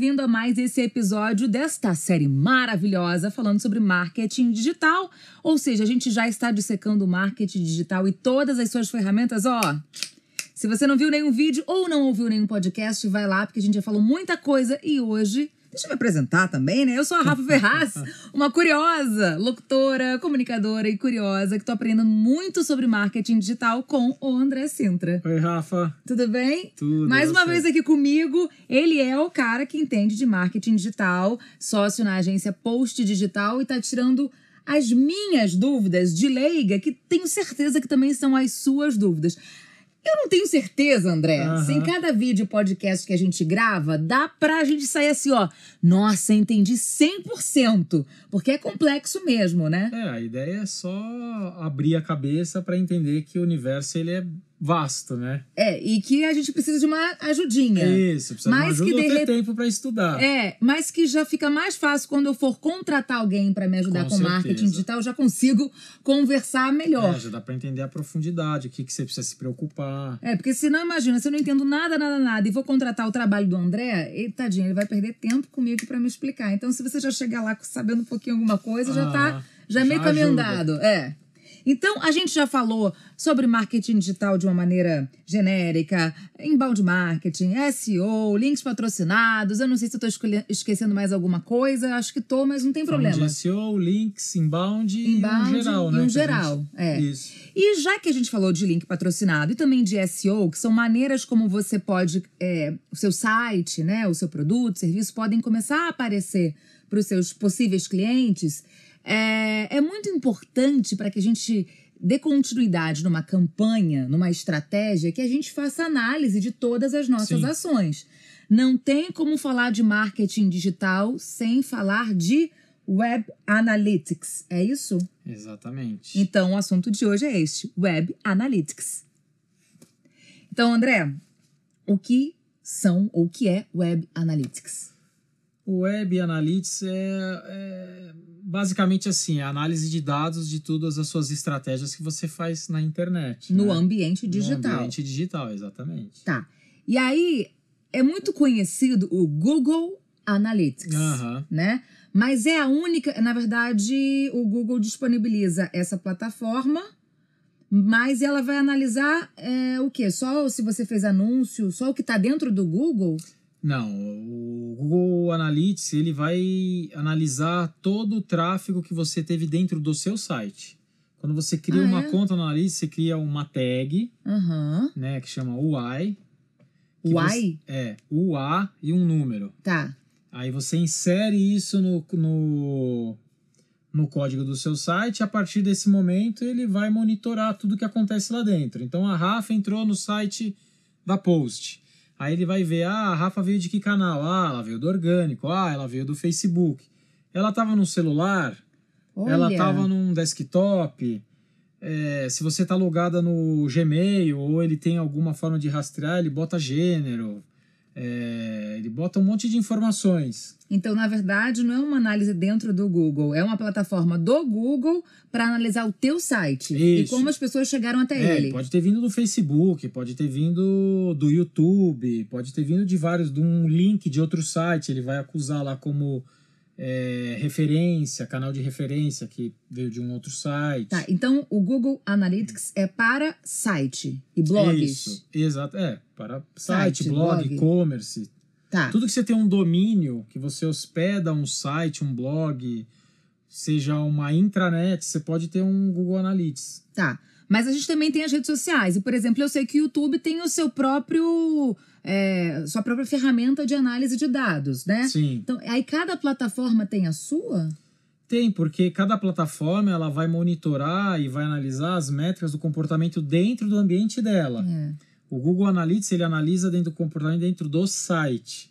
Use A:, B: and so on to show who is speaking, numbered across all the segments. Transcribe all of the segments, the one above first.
A: ainda mais esse episódio desta série maravilhosa falando sobre marketing digital. Ou seja, a gente já está dissecando o marketing digital e todas as suas ferramentas, ó. Se você não viu nenhum vídeo ou não ouviu nenhum podcast, vai lá, porque a gente já falou muita coisa e hoje. Deixa eu me apresentar também, né? Eu sou a Rafa Ferraz, uma curiosa, locutora, comunicadora e curiosa, que tô aprendendo muito sobre marketing digital com o André Sintra.
B: Oi, Rafa.
A: Tudo bem?
B: Tudo.
A: Mais uma
B: você?
A: vez aqui comigo, ele é o cara que entende de marketing digital, sócio na agência Post Digital e tá tirando as minhas dúvidas de leiga, que tenho certeza que também são as suas dúvidas. Eu não tenho certeza, André,
B: Aham.
A: se em cada vídeo e podcast que a gente grava, dá pra gente sair assim, ó, nossa, entendi 100%, porque é complexo mesmo, né?
B: É, a ideia é só abrir a cabeça para entender que o universo ele é vasto, né?
A: É, e que a gente precisa de uma ajudinha.
B: Isso, precisa
A: É. Mas
B: de uma
A: que
B: ajuda
A: de
B: ou ter
A: rep-
B: tempo para estudar.
A: É, mas que já fica mais fácil quando eu for contratar alguém para me ajudar com,
B: Com
A: marketing
B: certeza.
A: digital, eu já consigo conversar melhor.
B: É, já dá para entender a profundidade, o que, que você precisa se preocupar.
A: É, porque senão, imagina, se eu não entendo nada, nada, nada e vou contratar o trabalho do André, e, tadinho, ele vai perder tempo comigo para me explicar. Então, se você já chegar lá sabendo um pouquinho alguma coisa, já tá
B: Ah,
A: já é meio
B: já
A: caminho
B: ajuda.
A: andado. É. Então, a gente já falou sobre marketing digital de uma maneira genérica, inbound marketing, SEO, links patrocinados. Eu não sei se eu tô escolhe- esquecendo mais alguma coisa, acho que tô, mas não tem problema.
B: Falando de SEO, links, inbound, e
A: Inbound
B: um geral,
A: e
B: né?
A: um
B: que a
A: geral,
B: gente-
A: é.
B: Isso.
A: E já que a gente falou de link patrocinado e também de SEO, que são maneiras como você pode, é, o seu site, né, o seu produto, serviço, podem começar a aparecer para os seus possíveis clientes, é, é muito importante para que a gente dê continuidade numa campanha, numa estratégia, que a gente faça análise de todas as nossas
B: Sim.
A: ações. Não tem como falar de marketing digital sem falar de web analytics, é isso?
B: Exatamente.
A: Então, o assunto de hoje é este: Web Analytics. Então, André, o que são ou o que é Web Analytics?
B: O Web Analytics é, é basicamente assim, a análise de dados de todas as suas estratégias que você faz na internet.
A: No
B: né?
A: ambiente digital.
B: No ambiente digital, exatamente.
A: Tá. E aí, é muito conhecido o Google Analytics,
B: Aham.
A: né? Mas é a única, na verdade, o Google disponibiliza essa plataforma, mas ela vai analisar é, o quê? Só se você fez anúncio, só o que está dentro do Google?
B: Não, o Google Analytics ele vai analisar todo o tráfego que você teve dentro do seu site. Quando você cria
A: Ah,
B: uma
A: é?
B: conta no Analytics, você cria uma tag,
A: Aham.
B: né, que chama UI, Que
A: Uai?
B: é UA e um número.
A: Tá.
B: Aí você insere isso no, no, no código do seu site e a partir desse momento ele vai monitorar tudo que acontece lá dentro. Então a Rafa entrou no site da Post. Aí ele vai ver, ah, a Rafa veio de que canal? Ah, ela veio do orgânico. Ah, ela veio do Facebook. Ela estava no celular,
A: Olha.
B: ela estava num desktop. É, se você está logada no Gmail ou ele tem alguma forma de rastrear, ele bota gênero. É, ele bota um monte de informações.
A: Então, na verdade, não é uma análise dentro do Google, é uma plataforma do Google para analisar o teu site e
B: Isso.
A: como as pessoas chegaram até
B: É,
A: ele.
B: pode ter vindo do Facebook, pode ter vindo do YouTube, pode ter vindo de vários, de um link de outro site, ele vai acusar lá como é, referência, canal de referência que veio de um outro site.
A: Tá, então o Google Analytics é para site e blogs.
B: Isso, exato. É, para
A: Site,
B: site, blog,
A: blog.
B: e-commerce.
A: Tá.
B: Tudo que você tem um domínio, que você hospeda um site, um blog, seja uma intranet, você pode ter um Google Analytics.
A: Tá. Mas a gente também tem as redes sociais. E, por exemplo, eu sei que o YouTube tem o seu próprio. é, sua própria ferramenta de análise de dados, né?
B: Sim.
A: Então, aí cada plataforma tem a sua?
B: Tem, porque cada plataforma ela vai monitorar e vai analisar as métricas do comportamento dentro do ambiente dela.
A: É.
B: O Google Analytics ele analisa dentro do comportamento dentro do site,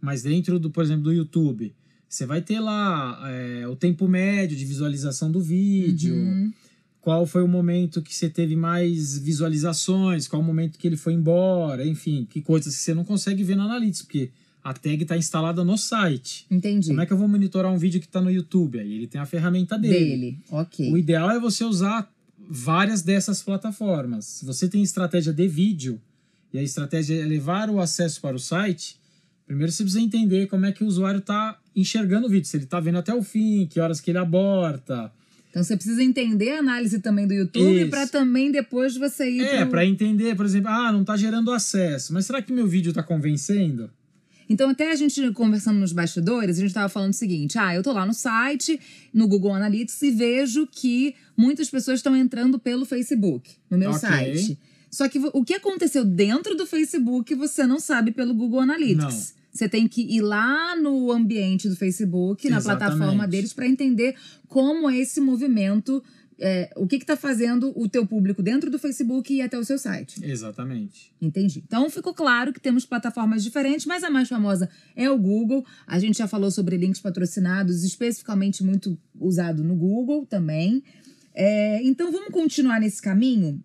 B: mas dentro do, por exemplo, do YouTube, você vai ter lá é, o tempo médio de visualização do vídeo,
A: Uhum.
B: qual foi o momento que você teve mais visualizações, qual o momento que ele foi embora, enfim, que coisas que você não consegue ver no Analytics, porque a tag está instalada no site.
A: Entendi.
B: Como é que eu vou monitorar um vídeo que está no YouTube? Aí ele tem a ferramenta dele.
A: Dele. Ok.
B: O ideal é você usar várias dessas plataformas. Se você tem estratégia de vídeo e a estratégia é levar o acesso para o site, Primeiro você precisa entender como é que o usuário está enxergando o vídeo, se ele está vendo até o fim, que horas que ele aborta.
A: Então você precisa entender a análise também do YouTube
B: Isso.
A: para também depois você ir
B: É,
A: pro-
B: para entender, por exemplo, ah, não tá gerando acesso, mas será que meu vídeo tá convencendo?
A: Então, até a gente conversando nos bastidores, a gente estava falando o seguinte: ah, eu tô lá no site, no Google Analytics, e vejo que muitas pessoas estão entrando pelo Facebook, no meu
B: Ok.
A: site. Só que vo- o que aconteceu dentro do Facebook, você não sabe pelo Google Analytics. Você tem que ir lá no ambiente do Facebook, na
B: Exatamente.
A: plataforma deles, para entender como é esse movimento, é, o que está fazendo o teu público dentro do Facebook e ir até o seu site.
B: Exatamente.
A: Entendi. Então ficou claro que temos plataformas diferentes, mas a mais famosa é o Google. A gente já falou sobre links patrocinados, especificamente muito usado no Google também. É, então vamos continuar nesse caminho.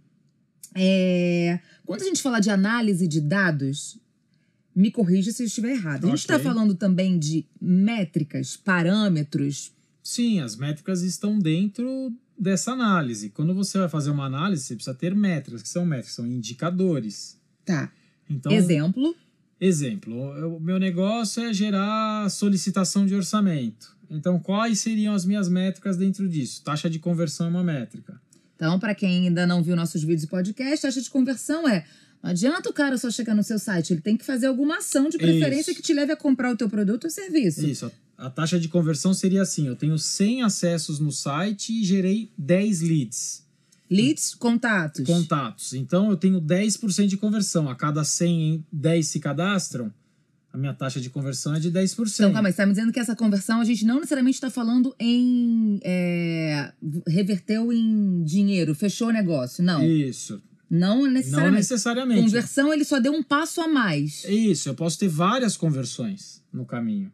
A: É, quando a gente fala de análise de dados, me corrija se eu estiver errado. A gente está
B: Ok.
A: falando também de métricas, parâmetros.
B: Sim, as métricas estão dentro dessa análise. Quando você vai fazer uma análise, você precisa ter métricas, que são métricas, são indicadores.
A: Tá.
B: Então,
A: Exemplo.
B: exemplo, o meu negócio é gerar solicitação de orçamento. Então, quais seriam as minhas métricas dentro disso? Taxa de conversão é uma métrica.
A: Então, para quem ainda não viu nossos vídeos e podcast, taxa de conversão é. Não adianta o cara só chegar no seu site, ele tem que fazer alguma ação de preferência
B: Isso.
A: que te leve a comprar o teu produto ou serviço.
B: É Isso. a- A taxa de conversão seria assim: eu tenho 100 acessos no site e gerei 10 leads.
A: Leads, contatos.
B: Contatos. Então eu tenho 10% de conversão. A cada 100, em 10 se cadastram, a minha taxa de conversão é de 10%.
A: Então, calma aí, você tá me dizendo que essa conversão a gente não necessariamente está falando em. é, reverteu em dinheiro, fechou o negócio. Não.
B: Isso.
A: Não
B: Não
A: necessariamente.
B: necessariamente. É.
A: Conversão, ele só deu um passo a mais.
B: Isso, eu posso ter várias conversões no caminho.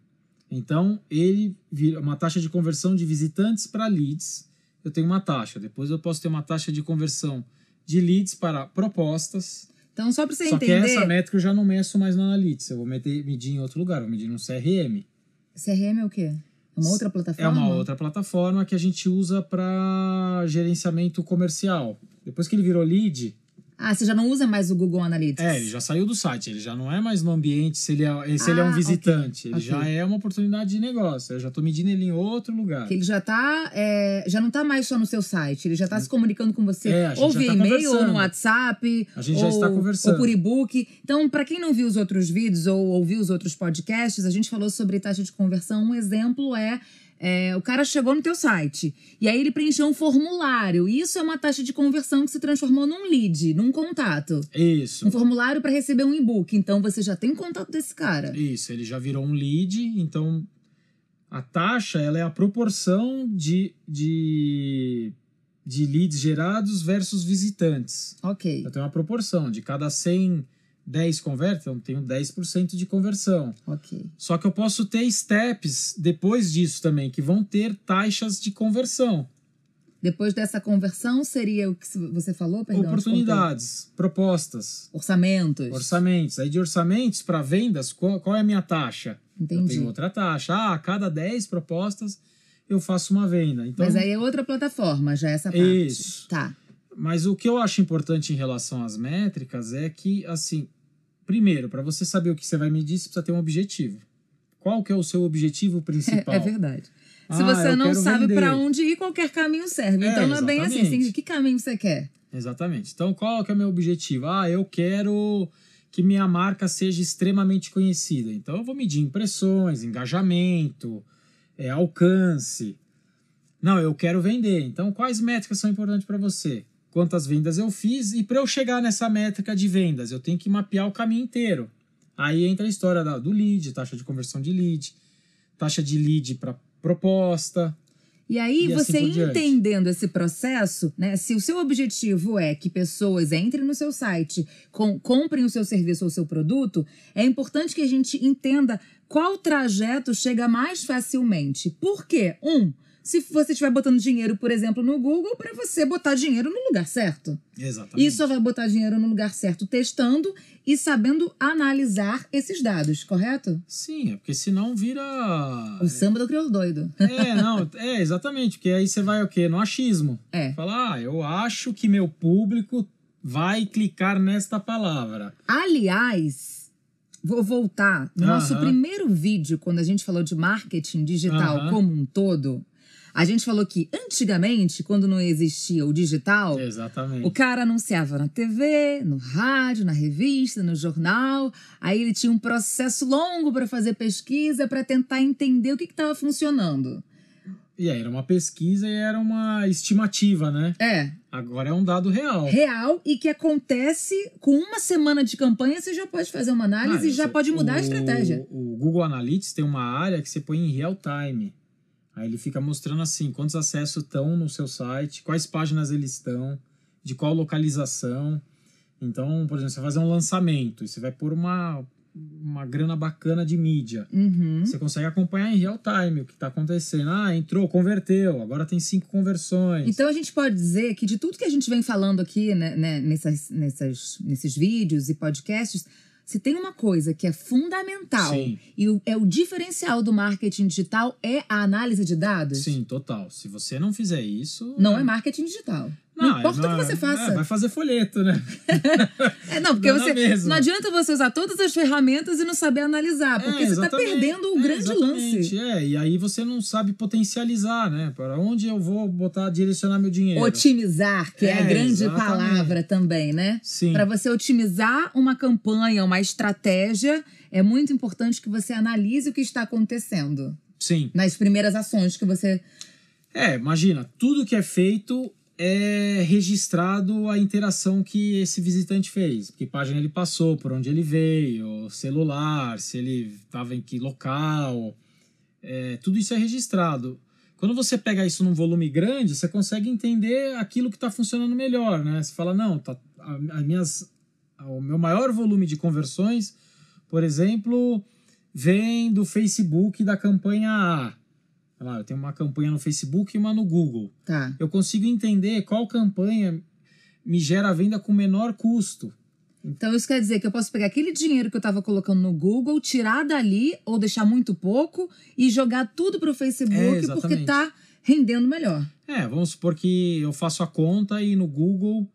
B: Então, ele vira uma taxa de conversão de visitantes para leads. Eu tenho uma taxa. Depois eu posso ter uma taxa de conversão de leads para propostas.
A: Então, só para você
B: Só
A: entender.
B: que essa métrica eu já não meço mais no Analytics. Eu vou meter- medir em outro lugar, eu vou medir no CRM.
A: CRM é o quê? É Uma outra
B: É
A: plataforma?
B: uma outra plataforma que a gente usa para gerenciamento comercial. Depois que ele virou lead,
A: Ah, você já não usa mais o Google Analytics?
B: é, ele já saiu do site, ele já não é mais no ambiente se ele é, se ele é
A: Ah,
B: um
A: ok,
B: visitante. Ele
A: ok.
B: já é uma oportunidade de negócio. Eu já estou medindo ele em outro lugar.
A: Que ele já tá. é, já não tá mais só no seu site, ele já tá se comunicando com você.
B: É, a gente
A: ou
B: já
A: via
B: tá
A: e-mail, ou no
B: conversando.
A: WhatsApp.
B: A gente
A: ou,
B: já está conversando.
A: Ou por e-book. Então, para quem não viu os outros vídeos ou ouviu os outros podcasts, a gente falou sobre taxa de conversão. Um exemplo é. é, o cara chegou no teu site e aí ele preencheu um formulário. Isso é uma taxa de conversão que se transformou num lead, num contato.
B: Isso.
A: Um formulário para receber um e-book. Então você já tem o contato desse cara.
B: Isso, ele já virou um lead, então a taxa ela é a proporção de, de, de leads gerados versus visitantes.
A: Ok.
B: Eu tenho uma proporção. De cada 100, 10 converte, então eu tenho 10% de conversão.
A: Ok.
B: Só que eu posso ter steps depois disso também, que vão ter taxas de conversão.
A: Depois dessa conversão, seria o que você falou, perdão? te cortei.
B: oportunidades, propostas,
A: Orçamentos.
B: orçamentos. Aí de orçamentos para vendas, qual, qual é a minha taxa? Eu
A: Entendi.
B: tenho outra taxa. Ah, a cada 10 propostas eu faço uma venda. Então,
A: Mas aí é outra plataforma, já essa parte.
B: Isso.
A: Tá.
B: Mas o que eu acho importante em relação às métricas é que, assim, primeiro, para você saber o que você vai medir, você precisa ter um objetivo. Qual que é o seu objetivo principal?
A: É verdade. Se
B: Ah,
A: você
B: eu
A: não
B: quero
A: sabe
B: vender.
A: pra onde ir, qualquer caminho serve.
B: É,
A: então não é bem assim,
B: exatamente.
A: assim, que caminho você quer?
B: Exatamente. Então, qual que é o meu objetivo? Ah, eu quero que minha marca seja extremamente conhecida. Então, eu vou medir impressões, engajamento, é, alcance. Não, eu quero vender. Então, quais métricas são importantes para você? Quantas vendas eu fiz? E para eu chegar nessa métrica de vendas, eu tenho que mapear o caminho inteiro. Aí entra a história da- do lead, taxa de conversão de lead, taxa de lead para proposta.
A: E aí,
B: E assim
A: você
B: por diante.
A: entendendo esse processo, né? Se o seu objetivo é que pessoas entrem no seu site, com- comprem o seu serviço ou o seu produto, é importante que a gente entenda qual trajeto chega mais facilmente. Por quê? Um, se você estiver botando dinheiro, por exemplo, no Google, para você botar dinheiro no lugar certo.
B: Exatamente.
A: E só vai botar dinheiro no lugar certo testando e sabendo analisar esses dados, correto?
B: Sim, é porque senão vira.
A: O samba do crioulo doido.
B: É, não, é, exatamente, porque aí você vai o quê? No achismo.
A: É.
B: Falar, ah, eu acho que meu público vai clicar nesta palavra.
A: Aliás, Vou voltar. No nosso
B: Aham.
A: primeiro vídeo, quando a gente falou de marketing digital
B: Aham.
A: como um todo, a gente falou que antigamente, quando não existia o digital,
B: Exatamente.
A: Oh. o cara anunciava na TV, no rádio, na revista, no jornal. Aí ele tinha um processo longo para fazer pesquisa, para tentar entender o que estava funcionando.
B: E aí era uma pesquisa e era uma estimativa, né?
A: É,
B: Agora é um dado real.
A: real e que acontece com uma semana de campanha, você já pode fazer uma análise e
B: Ah,
A: já
B: isso-
A: pode mudar
B: o-
A: a estratégia.
B: O Google Analytics tem uma área que você põe em real time. Aí ele fica mostrando assim, quantos acessos estão no seu site, quais páginas eles estão, de qual localização. Então, por exemplo, você vai fazer um lançamento e você vai pôr uma, uma grana bacana de mídia.
A: Uhum.
B: Você consegue acompanhar em real time o que está acontecendo. Ah, entrou, converteu, agora tem cinco conversões.
A: Então a gente pode dizer que de tudo que a gente vem falando aqui, né, né, nessas, nessas- nesses vídeos e podcasts, se tem uma coisa que é fundamental
B: Sim.
A: e o- é o diferencial do marketing digital é a análise de dados.
B: Sim, total. Se você não fizer isso.
A: Não é marketing digital. Não, importa o que você
B: é-
A: faça.
B: é, vai fazer folheto, né?
A: É, não, porque
B: Não dá
A: você.
B: mesmo.
A: Não adianta você usar todas as ferramentas e não saber analisar, porque
B: É,
A: você está
B: exatamente.
A: perdendo o
B: É,
A: grande lance.
B: exatamente. É, e aí você não sabe potencializar, né? Para onde eu vou botar, direcionar meu dinheiro?
A: Otimizar, que é, a
B: É,
A: grande
B: exatamente.
A: palavra também, né?
B: Sim.
A: Para você otimizar uma campanha, uma estratégia, é muito importante que você analise o que está acontecendo
B: Sim.
A: nas primeiras ações que você.
B: É, imagina, tudo que é feito é registrado a interação que esse visitante fez. Que página ele passou, por onde ele veio, celular, se ele estava em que local. É, tudo isso é registrado. Quando você pega isso num volume grande, você consegue entender aquilo que está funcionando melhor, né? Você fala, não, tá, a- as minhas, o meu maior volume de conversões, por exemplo, vem do Facebook da campanha A. Sei lá, eu tenho uma campanha no Facebook e uma no Google.
A: Tá.
B: Eu consigo entender qual campanha me gera venda com menor custo.
A: Então isso quer dizer que eu posso pegar aquele dinheiro que eu estava colocando no Google, tirar dali ou deixar muito pouco e jogar tudo pro
B: É,
A: Facebook
B: exatamente.
A: porque tá rendendo melhor.
B: É, vamos supor que eu faço a conta e no Google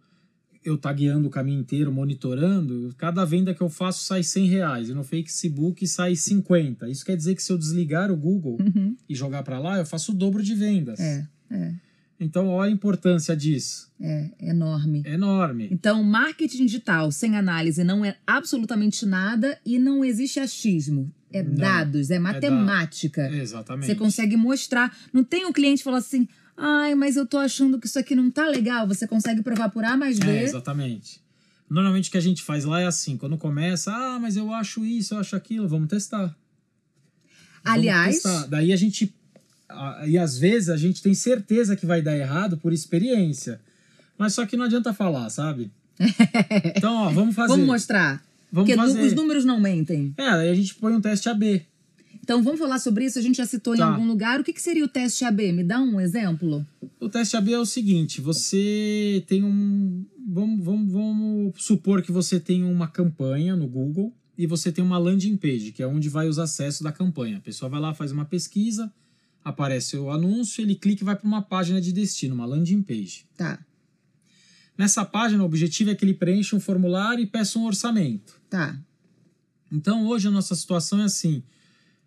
B: eu tagueando o caminho inteiro, monitorando, cada venda que eu faço sai 100 reais e no Facebook sai 50. Isso quer dizer que se eu desligar o Google
A: Uhum.
B: e jogar para lá, eu faço o dobro de vendas.
A: É, é,
B: Então, olha a importância disso.
A: é enorme.
B: É enorme.
A: Então, marketing digital sem análise não é absolutamente nada e não existe achismo. É
B: Não,
A: dados, é matemática.
B: Exatamente.
A: Você consegue mostrar. Não tem um cliente que fala assim, ai, mas eu tô achando que isso aqui não tá legal. Você consegue provar por A mais B.
B: É, exatamente. Normalmente o que a gente faz lá é assim, quando começa, ah, mas eu acho isso, eu acho aquilo, vamos testar. Vamos
A: Aliás,
B: testar. daí a gente a- e às vezes a gente tem certeza que vai dar errado por experiência. Mas só que não adianta falar, sabe? Então, ó, vamos fazer.
A: vamos mostrar.
B: Vamos
A: porque nu-
B: fazer.
A: os números não mentem.
B: É, aí a gente põe um teste AB.
A: Então vamos falar sobre isso. A gente já citou em
B: Tá.
A: algum lugar. O que, que seria o teste AB? Me dá um exemplo.
B: O teste AB é o seguinte: você tem um. Vamos, vamos, vamos supor que você tem uma campanha no Google e você tem uma landing page, que é onde vai os acessos da campanha. A pessoa vai lá, faz uma pesquisa, aparece o anúncio, ele clica e vai para uma página de destino, uma landing page.
A: Tá,
B: Nessa página, o objetivo é que ele preencha um formulário e peça um orçamento.
A: tá.
B: Então, hoje a nossa situação é assim: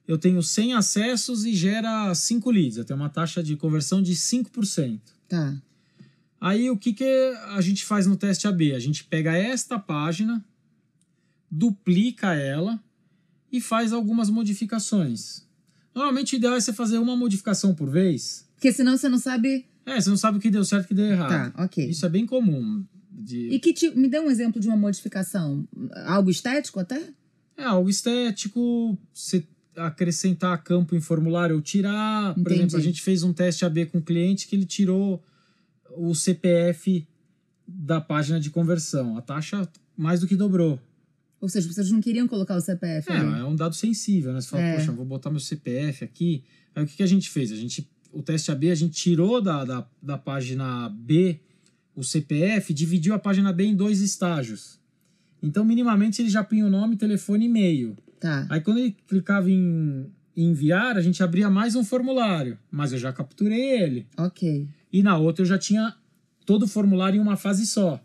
B: eu tenho 100 acessos e gera 5 leads, eu tenho uma taxa de conversão de 5%.
A: Tá.
B: Aí o que, que a gente faz no teste AB? A gente pega esta página, duplica ela e faz algumas modificações. Normalmente o ideal é você fazer uma modificação por vez.
A: Porque senão você não sabe.
B: É, você não sabe o que deu certo e o que deu errado.
A: Tá, ok.
B: Isso é bem comum. de-
A: E que ti- me dê um exemplo de uma modificação. Algo estético até?
B: É algo estético, você acrescentar campo em formulário ou tirar. Por
A: Entendi.
B: exemplo, a gente fez um teste AB com um cliente que ele tirou o CPF da página de conversão. A taxa mais do que dobrou.
A: Ou seja, as pessoas não queriam colocar o CPF ali.
B: É, é um dado sensível, né? Você fala,
A: Hum. É.
B: poxa, eu vou botar meu CPF aqui. Aí o que, que a gente fez? A gente, o teste AB, a gente tirou da, da, da página B o CPF, dividiu a página B em dois estágios. Então, minimamente, ele já punha o nome, telefone e e-mail.
A: Tá.
B: Aí, quando ele clicava em, em enviar, a gente abria mais um formulário. Mas eu já capturei ele.
A: Ok.
B: E na outra, eu já tinha todo o formulário em uma fase só.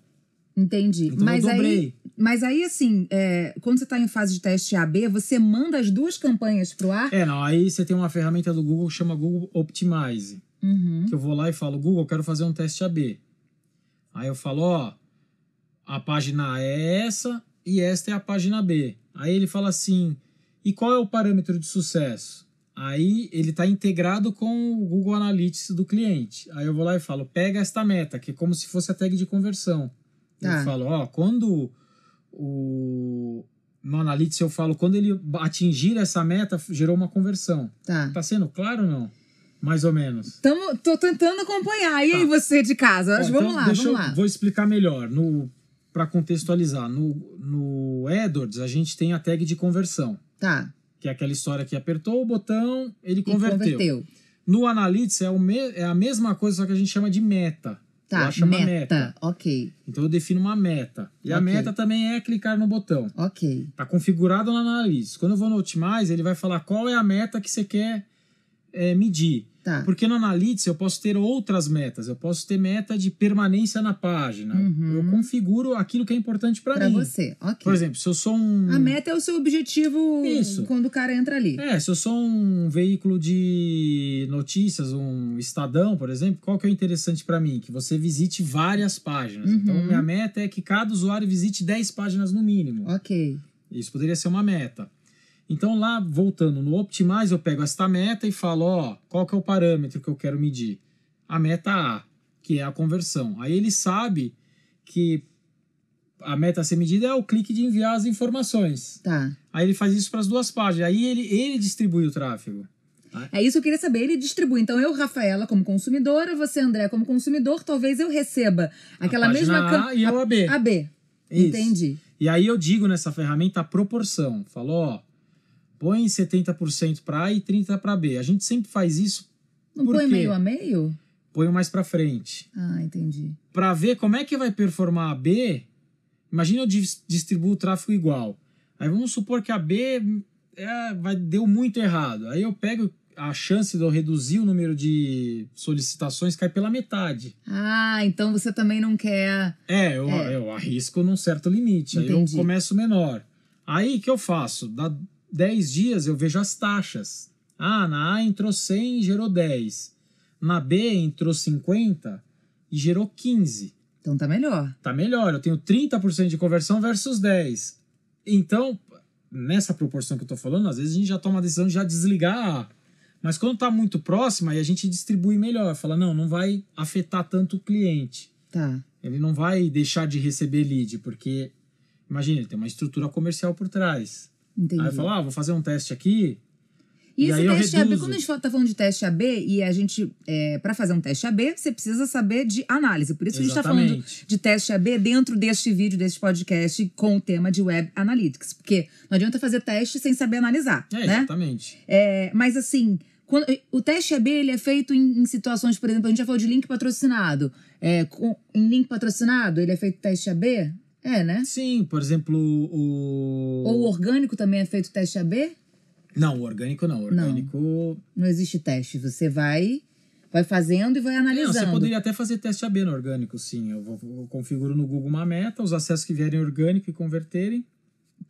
A: Entendi.
B: Então,
A: Mas
B: eu
A: aí
B: dobrei.
A: Mas aí, assim, é, quando você está em fase de teste AB, você manda as duas campanhas para o ar?
B: É, não, aí você tem uma ferramenta do Google que chama Google Optimize.
A: Uhum.
B: Que eu vou lá e falo, Google, eu quero fazer um teste AB. Aí eu falo, ó, a página é essa e esta é a página B. Aí ele fala assim, e qual é o parâmetro de sucesso? Aí ele está integrado com o Google Analytics do cliente. Aí eu vou lá e falo, pega esta meta, que é como se fosse a tag de conversão.
A: Tá.
B: Eu falo, ó, quando o no Analytics eu falo, quando ele atingir essa meta, gerou uma conversão.
A: Tá.
B: Tá sendo claro ou não? Mais ou menos.
A: Tamo, tô tentando acompanhar. E aí,
B: Tá.
A: você de casa?
B: Ó,
A: Mas
B: então
A: vamos lá,
B: deixa
A: vamos
B: eu-
A: lá.
B: Vou explicar melhor. No, para contextualizar, no, no AdWords a gente tem a tag de conversão,
A: Tá.
B: que é aquela história que apertou o botão, ele
A: E
B: converteu.
A: converteu.
B: No Analytics é, o me, é a mesma coisa, só que a gente chama de meta.
A: Tá.
B: Ela chama meta.
A: Ok,
B: Então eu defino uma meta. E a
A: Ok.
B: meta também é clicar no botão.
A: ok.
B: Tá configurado na Analytics. Quando eu vou no Optimize, ele vai falar qual é a meta que você quer eh, medir.
A: Tá.
B: Porque no Analytics eu posso ter outras metas. Eu posso ter meta de permanência na página.
A: Uhum.
B: Eu configuro aquilo que é importante para
A: Pra
B: mim.
A: você, ok.
B: Por exemplo, se eu sou um.
A: A meta é o seu objetivo
B: Isso.
A: quando o cara entra ali.
B: É, se eu sou um veículo de notícias, um Estadão, por exemplo, qual que é o interessante para mim? Que você visite várias páginas.
A: Uhum.
B: Então, minha meta é que cada usuário visite 10 páginas no mínimo.
A: Ok.
B: Isso poderia ser uma meta. Então, lá, voltando no Optimize, eu pego esta meta e falo, ó, qual que é o parâmetro que eu quero medir? A meta A, que é a conversão. Aí ele sabe que a meta a ser medida é o clique de enviar as informações.
A: Tá.
B: Aí ele faz isso para as duas páginas. Aí ele, ele distribui o tráfego.
A: É isso que eu queria saber. Ele distribui. Então, eu, Rafaela, como consumidora, você, André, como consumidor, talvez eu receba aquela
B: a página
A: mesma
B: A e
A: a-
B: eu a B.
A: A B.
B: Isso.
A: Entendi.
B: E aí eu digo nessa ferramenta a proporção. Falo, ó, põe 70% para A e 30% para B. A gente sempre faz isso,
A: Não
B: Por
A: põe
B: quê?
A: meio a meio?
B: põe o mais para frente.
A: Ah, entendi.
B: para ver como é que vai performar a B. Imagina eu dis- distribuo o tráfego igual. Aí vamos supor que a B é, vai, deu muito errado. Aí eu pego a chance de eu reduzir o número de solicitações cai pela metade.
A: Ah, então você também não quer.
B: É, eu,
A: É.
B: eu arrisco num certo limite. Aí
A: Entendi.
B: eu começo menor. Aí o que eu faço? Dá 10 dias eu vejo as taxas. Ah, na A entrou 100 e gerou 10. Na B entrou 50 e gerou 15.
A: Então tá melhor.
B: tá melhor, eu tenho 30% de conversão versus 10. Então, nessa proporção que eu tô falando, às vezes a gente já toma a decisão de já desligar a A. Mas quando tá muito próxima, aí a gente distribui melhor, fala, não, não vai afetar tanto o cliente.
A: Tá.
B: Ele não vai deixar de receber lead, porque imagina, ele tem uma estrutura comercial por trás.
A: Entendi.
B: Aí eu falo, ah, vou fazer um teste aqui.
A: E,
B: E
A: esse
B: aí eu
A: teste AB,
B: reduzo.
A: quando a gente fala- tá falando de teste AB, e a gente, é, para fazer um teste AB, você precisa saber de análise. Por isso que a gente está falando
B: Exatamente.
A: de teste AB dentro deste vídeo, deste podcast, com o tema de Web Analytics. Porque não adianta fazer teste sem saber analisar,
B: É,
A: né?
B: exatamente.
A: É, mas assim, quando- o teste AB ele é feito em, em situações, por exemplo, a gente já falou de link patrocinado. É, com- em link patrocinado, ele é feito teste AB? É, né?
B: Sim, por exemplo, o...
A: Ou o orgânico também é feito teste AB?
B: Não, o orgânico não. O orgânico...
A: Não existe teste. Você vai, vai fazendo e vai analisando.
B: Não, você poderia até fazer teste AB no orgânico, sim. Eu, vou- eu configuro no Google uma meta, os acessos que vierem orgânico e converterem,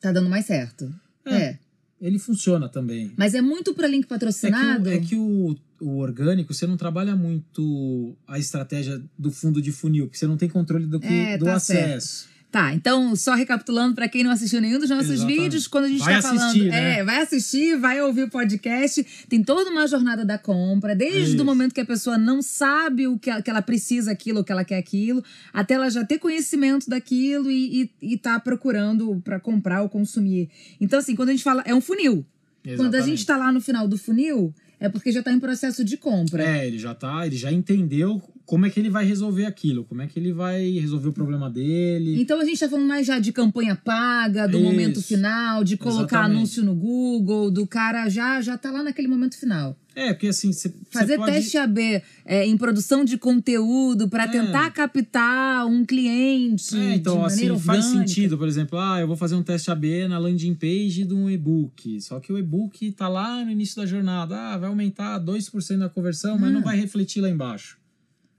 A: Tá dando mais certo. É.
B: É. ele funciona também.
A: Mas é muito pra link
B: É que,
A: patrocinado?
B: o, é que o- o orgânico, você não trabalha muito a estratégia do fundo de funil, porque você não tem controle do, que,
A: É,
B: do
A: tá
B: acesso.
A: Tá, então, só recapitulando pra quem não assistiu nenhum dos nossos
B: Exatamente.
A: vídeos, quando a gente
B: Vai
A: tá
B: assistir, né?
A: falando. É, vai assistir, vai ouvir o podcast. Tem toda uma jornada da compra, desde
B: Isso.
A: o momento que a pessoa não sabe o que ela, que ela precisa aquilo, o que ela quer aquilo, até ela já ter conhecimento daquilo e, e, e tá procurando pra comprar ou consumir. Então, assim, quando a gente fala. É um funil. Quando a
B: Exatamente.
A: gente tá lá no final do funil, é porque já tá em processo de compra.
B: É, ele já tá, ele já entendeu como é que ele vai resolver aquilo, como é que ele vai resolver o problema dele.
A: Então a gente tá falando mais já de campanha paga, do
B: Isso.
A: momento final, de colocar
B: Exatamente.
A: anúncio no Google, do cara já já tá lá naquele momento final.
B: É, porque assim, você você
A: Fazer
B: pode...
A: teste AB é, em produção de conteúdo para
B: É.
A: tentar captar um cliente
B: É, então,
A: de
B: assim,
A: maneira
B: faz
A: orgânica.
B: sentido, por exemplo, ah, eu vou fazer um teste AB na landing page de um e-book. Só que o e-book tá lá no início da jornada. Ah, vai aumentar 2% da conversão, mas
A: Ah.
B: não vai refletir lá embaixo.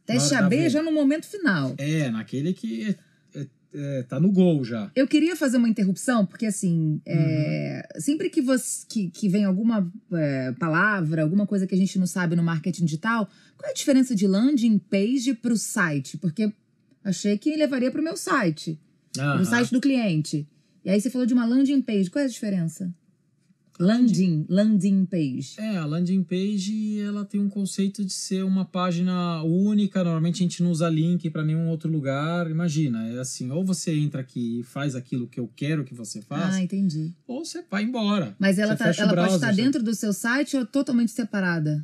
A: Teste
B: Na hora da
A: AB
B: venda.
A: já no momento final.
B: É, naquele que é, é é, tá no gol já.
A: Eu queria fazer uma interrupção, porque assim, é,
B: Uhum.
A: sempre que, você, que, que vem alguma é, palavra, alguma coisa que a gente não sabe no marketing digital, qual é a diferença de landing page pro site? Porque achei que levaria pro meu site,
B: Aham.
A: pro site do cliente. E aí você falou de uma landing page, qual é a diferença? Landing, landing page.
B: É, a landing page ela tem um conceito de ser uma página única. Normalmente a gente não usa link para nenhum outro lugar. Imagina, é assim: ou você entra aqui e faz aquilo que eu quero que você faça,
A: Ah, entendi.
B: ou você vai embora.
A: Mas ela,
B: Você
A: tá,
B: fecha o
A: ela pode
B: browser,
A: estar
B: você-
A: dentro do seu site ou totalmente separada?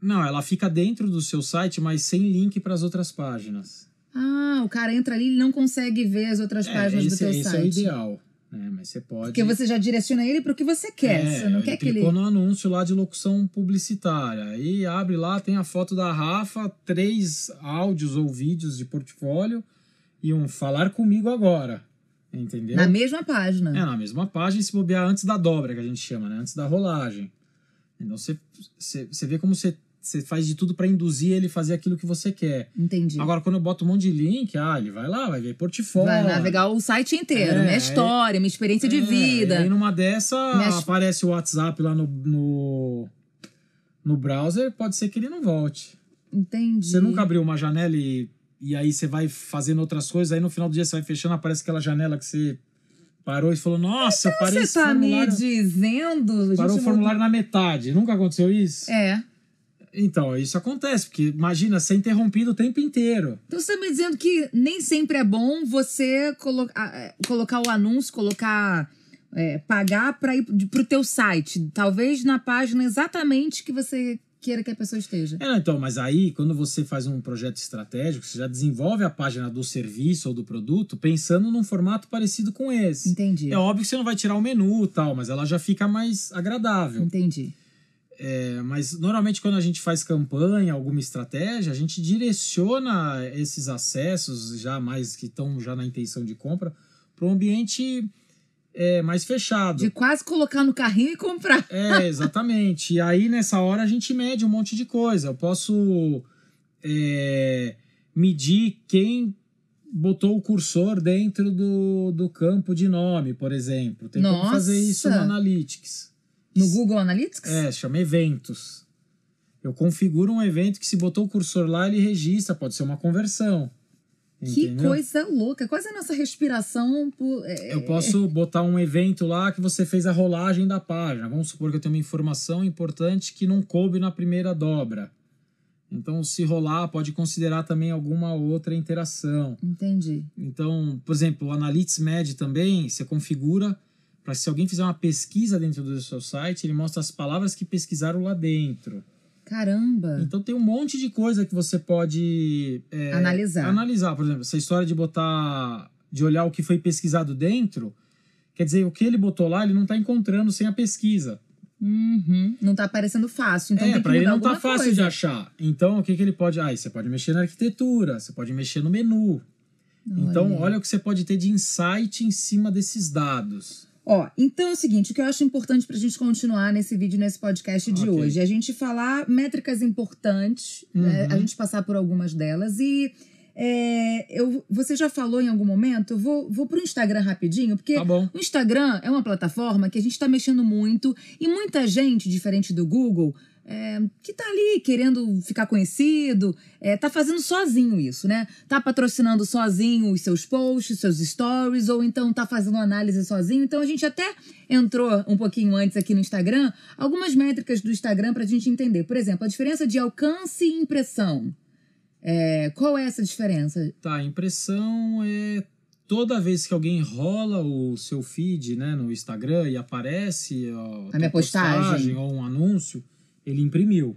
B: Não, ela fica dentro do seu site, mas sem link para as outras páginas.
A: Ah, o cara entra ali e não consegue ver as outras páginas
B: esse,
A: do teu
B: esse
A: site.
B: é o ideal. né? Mas você pode. É,
A: Porque você já direciona ele para o que você quer. você não
B: ele
A: quer que ele.
B: clicou no anúncio lá de locução publicitária. Aí abre lá, tem a foto da Rafa, três áudios ou vídeos de portfólio e um falar comigo agora. Entendeu?
A: Na mesma página.
B: É, na mesma página, se bobear antes da dobra, que a gente chama, né? Antes da rolagem. Então você, você, você vê como você, você faz de tudo para induzir ele a fazer aquilo que você quer.
A: Entendi.
B: Agora, quando eu boto um monte de link, ah, ele vai lá, vai ver portfólio.
A: Vai navegar o site inteiro.
B: É,
A: minha
B: aí-
A: história, minha experiência de
B: É, E aí
A: vida.
B: numa dessa,
A: Minhas-
B: aparece o WhatsApp lá no, no, no browser, pode ser que ele não volte.
A: Entendi.
B: Você nunca abriu uma janela e, e aí você vai fazendo outras coisas, aí no final do dia você vai fechando, aparece aquela janela que você parou e falou, nossa, parei
A: Você
B: esse
A: tá me
B: formulário...
A: dizendo. gente,
B: Parou o
A: eu-
B: formulário na metade. Nunca aconteceu isso?
A: É.
B: Então, isso acontece, porque imagina ser interrompido o tempo inteiro.
A: Então você tá me dizendo que nem sempre é bom você colo- ah, eh, colocar o anúncio, colocar. eh, pagar para ir de- pro teu site. Talvez na página exatamente que você queira que a pessoa esteja.
B: É, não, então, mas aí, quando você faz um projeto estratégico, você já desenvolve a página do serviço ou do produto pensando num formato parecido com esse.
A: Entendi.
B: É óbvio que você não vai tirar o menu e tal, mas ela já fica mais agradável.
A: Entendi.
B: É, mas normalmente quando a gente faz campanha, alguma estratégia, a gente direciona esses acessos já mais que estão já na intenção de compra para um ambiente é, mais fechado.
A: De quase colocar no carrinho e comprar.
B: É, exatamente. E aí, nessa hora, a gente mede um monte de coisa. Eu posso é, medir quem botou o cursor dentro do, do campo de nome, por exemplo. Tem como
A: Nossa!
B: fazer isso no Analytics.
A: No Google Analytics?
B: É, chama eventos. Eu configuro um evento que se botou o cursor lá, ele registra. Pode ser uma conversão.
A: Que
B: entendeu?
A: coisa louca. Quase a nossa respiração. Por... é,
B: Eu posso botar um evento lá que você fez a rolagem da página. Vamos supor que eu tenho uma informação importante que não coube na primeira dobra. Então, se rolar, pode considerar também alguma outra interação.
A: Entendi.
B: Então, por exemplo, o Analytics Med também, você configura para se alguém fizer uma pesquisa dentro do seu site, ele mostra as palavras que pesquisaram lá dentro.
A: Caramba.
B: Então, tem um monte de coisa que você pode é,
A: Analisar.
B: analisar, por exemplo, essa história de botar, de olhar o que foi pesquisado dentro, quer dizer, o que ele botou lá, ele não está encontrando sem a pesquisa.
A: Uhum. Não tá aparecendo fácil. Então
B: é,
A: tem que
B: para
A: mudar
B: ele não
A: alguma
B: tá fácil
A: coisa.
B: de achar. Então, o que que ele pode? Ah, você pode mexer na arquitetura, você pode mexer no menu. Então, olha o que você pode ter de insight em cima desses dados.
A: Ó, então é o seguinte, o que eu acho importante pra gente continuar nesse vídeo, nesse podcast de
B: Ok.
A: hoje, é a gente falar métricas importantes,
B: Uhum.
A: né, a gente passar por algumas delas e... é, eu, você já falou em algum momento? Eu vou, vou pro Instagram rapidinho, porque
B: Tá bom.
A: O Instagram é uma plataforma que a gente está mexendo muito e muita gente, diferente do Google, é, que tá ali querendo ficar conhecido, é, tá fazendo sozinho isso, né? Tá patrocinando sozinho os seus posts, seus stories, ou então tá fazendo análise sozinho. Então a gente até entrou um pouquinho antes aqui no Instagram, algumas métricas do Instagram pra gente entender. Por exemplo, a diferença de alcance e impressão. É, qual é essa diferença?
B: Tá, a impressão é toda vez que alguém rola o seu feed, né, no Instagram e aparece ó,
A: minha
B: tua postagem
A: postagem.
B: ou um anúncio, ele imprimiu.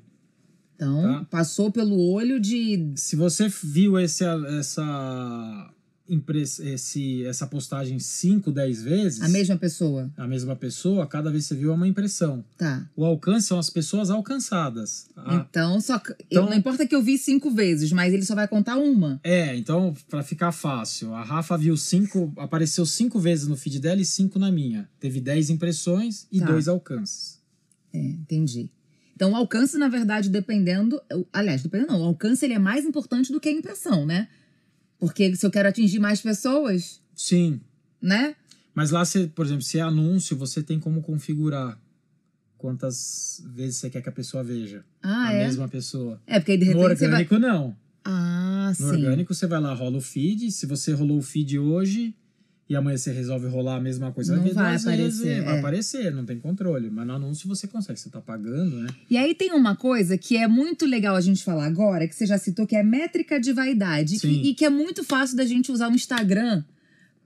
A: Então,
B: Tá.
A: passou pelo olho de
B: Se você viu esse, essa, impres- esse, essa postagem 5, 10 vezes,
A: a mesma pessoa.
B: a mesma pessoa, cada vez que você viu é uma impressão.
A: Tá.
B: O alcance são as pessoas alcançadas. A-
A: Então, só que-
B: Ah. Então-
A: eu- não importa que eu vi cinco vezes, mas ele só vai contar uma.
B: É, então, pra ficar fácil, a Rafa viu cinco, apareceu cinco vezes no feed dela e cinco na minha. Teve 10 impressões e
A: Tá.
B: dois alcances.
A: É, entendi. Então, o alcance, na verdade, dependendo. eu- Aliás, dependendo não. O alcance ele é mais importante do que a impressão, né? Porque se eu quero atingir mais pessoas,
B: Sim.
A: né?
B: Mas lá, você, por exemplo, se é anúncio, você tem como configurar quantas vezes você quer que a pessoa veja.
A: Ah,
B: a
A: é?
B: mesma pessoa.
A: É, porque aí de
B: No
A: repente você vai.
B: orgânico, não.
A: Ah,
B: No
A: sim.
B: orgânico, você vai lá, rola o feed. Se você rolou o feed hoje e amanhã você resolve rolar a mesma coisa,
A: Não
B: vai ver
A: vai
B: duas
A: aparecer,
B: vezes. Vai
A: é.
B: aparecer, não tem controle. Mas no anúncio você consegue, você tá pagando, né?
A: E aí tem uma coisa que é muito legal a gente falar agora, que você já citou, que é métrica de vaidade. e que-
B: Sim.
A: e que é muito fácil da gente usar o Instagram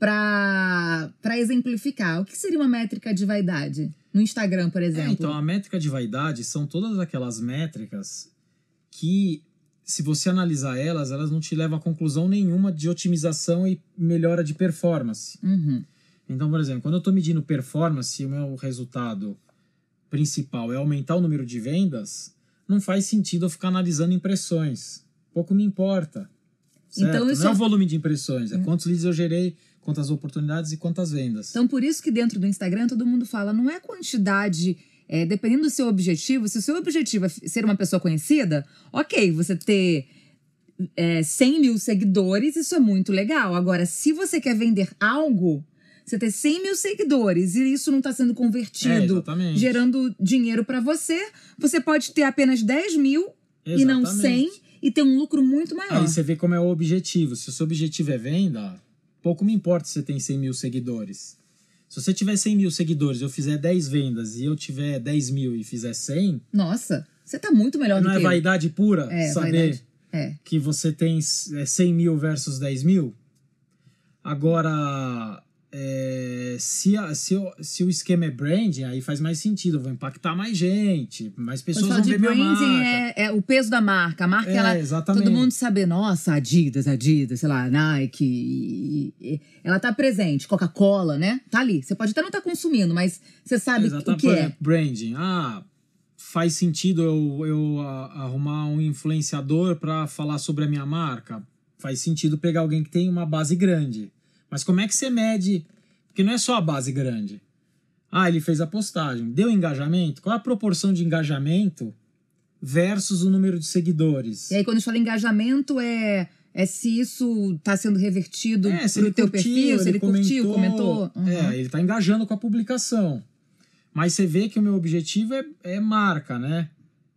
A: pra, pra exemplificar. O que seria uma métrica de vaidade? No Instagram, por
B: É,
A: exemplo.
B: então, a métrica de vaidade são todas aquelas métricas que, se você analisar elas, elas não te levam a conclusão nenhuma de otimização e melhora de performance.
A: Uhum.
B: Então, por exemplo, quando eu estou medindo performance e o meu resultado principal é aumentar o número de vendas, não faz sentido eu ficar analisando impressões. Pouco me importa. Certo?
A: Então, isso
B: não é
A: é-
B: o volume de impressões, é
A: Hum.
B: quantos leads eu gerei, quantas oportunidades e quantas vendas.
A: Então, por isso que dentro do Instagram todo mundo fala, não é quantidade. é, dependendo do seu objetivo, se o seu objetivo é f- ser uma pessoa conhecida, ok, você ter é, 100 mil seguidores, isso é muito legal. Agora, se você quer vender algo, você ter 100 mil seguidores e isso não está sendo
B: é,
A: convertido,
B: exatamente.
A: gerando dinheiro para você, você pode ter apenas 10 mil e não
B: Exatamente.
A: 100 e ter um lucro muito maior.
B: Aí você vê como é o objetivo. Se o seu objetivo é venda, pouco me importa se você tem 100 mil seguidores. Se você tiver 100 mil seguidores e eu fizer 10 vendas e eu tiver 10 mil e fizer 100,
A: Nossa, você tá muito melhor do
B: não é
A: que eu.
B: vaidade pura
A: É,
B: saber
A: vaidade. É.
B: que você tem é, 100 mil versus 10 mil? Agora, é, se, a- se, o- se o esquema é branding, aí faz mais sentido. Eu vou impactar mais gente, mais
A: Quando
B: pessoas
A: fala
B: vão
A: de
B: ver minha
A: branding
B: marca.
A: é, é o peso da marca. A marca,
B: É,
A: ela.
B: exatamente.
A: Todo mundo saber, nossa, Adidas, Adidas, sei lá, Nike. e- e- e- ela tá presente. Coca-Cola, né? Tá ali. Você pode até não estar consumindo, mas você sabe o que
B: Por
A: é.
B: exemplo, Branding. Ah, faz sentido eu, eu a- arrumar um influenciador para falar sobre a minha marca? Faz sentido pegar alguém que tem uma base grande. Mas como é que você mede? Porque não é só a base grande. Ah, ele fez a postagem. Deu engajamento? Qual é a proporção de engajamento versus o número de seguidores?
A: E aí, quando a gente fala engajamento, é, é se isso tá sendo revertido
B: É, se
A: pro
B: ele
A: teu
B: curtiu,
A: perfil, se ele curtiu, comentou. Uhum.
B: É, ele tá engajando com a publicação. Mas você vê que o meu objetivo é, é marca, né?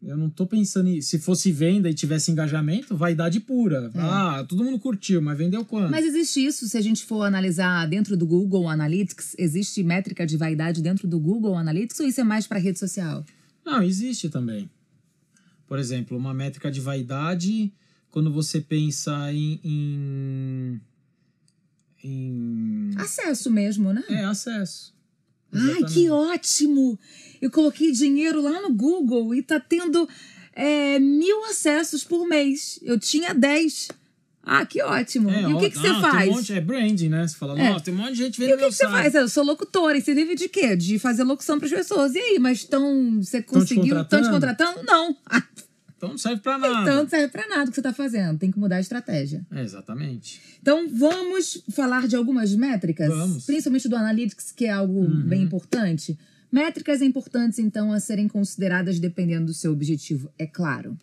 B: Eu não tô pensando em. Se fosse venda e tivesse engajamento, vaidade pura.
A: É.
B: Ah, todo mundo curtiu, mas vendeu quanto?
A: Mas existe isso, se a gente for analisar dentro do Google Analytics, existe métrica de vaidade dentro do Google Analytics ou isso é mais pra rede social?
B: Não, existe também. Por exemplo, uma métrica de vaidade, quando você pensa em. em, em-
A: Acesso mesmo, né?
B: É, acesso.
A: Ai, que ótimo! Eu coloquei dinheiro lá no Google e tá tendo é, mil acessos por mês. Eu tinha 10. Ah, que ótimo! e o
B: ó,
A: que, que você
B: ah, tem um
A: faz?
B: monte- é branding, né? Você fala,
A: É.
B: nossa, tem um monte de gente vendo
A: E o que,
B: meu
A: que você
B: site.
A: faz? Eu sou locutora e você vive de quê? De fazer locução pras pessoas. E aí, mas tão, você
B: te
A: conseguiu? Estão te
B: contratando?
A: contratando? Não. Ah,
B: Então não serve pra nada.
A: Então não serve pra nada o que você tá fazendo. Tem que mudar a estratégia.
B: É, exatamente.
A: Então vamos falar de algumas métricas,
B: Vamos.
A: principalmente do Analytics, que é algo
B: Uhum.
A: bem importante. Métricas importantes, então, a serem consideradas dependendo do seu objetivo, é claro.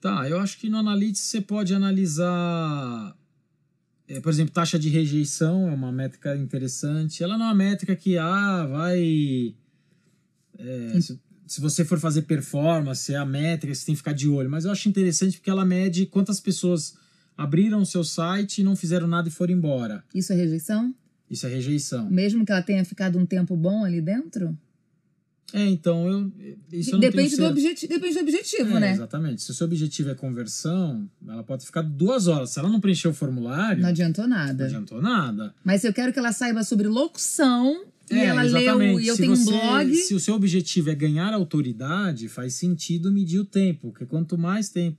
B: Tá, eu acho que no Analytics você pode analisar. é, por exemplo, taxa de rejeição é uma métrica interessante. Ela não é uma métrica que ah, vai. é,
A: Hum.
B: se, se você for fazer performance, é a métrica, você tem que ficar de olho. Mas eu acho interessante porque ela mede quantas pessoas abriram o seu site e não fizeram nada e foram embora.
A: Isso é rejeição?
B: Isso é rejeição.
A: Mesmo que ela tenha ficado um tempo bom ali dentro?
B: É, então, eu. Isso eu não tenho
A: Depende do,
B: certeza.
A: objeti depende do objetivo,
B: É,
A: né?
B: Exatamente. Se o seu objetivo é conversão, ela pode ficar duas horas. Se ela não preencher o formulário,
A: Não
B: não,
A: adiantou nada.
B: adiantou nada.
A: Mas eu quero que ela saiba sobre locução e
B: É,
A: ela leu
B: exatamente.
A: e eu
B: Se
A: tenho
B: você-
A: um blog.
B: Se o seu objetivo é ganhar autoridade, faz sentido medir o tempo, porque quanto mais tempo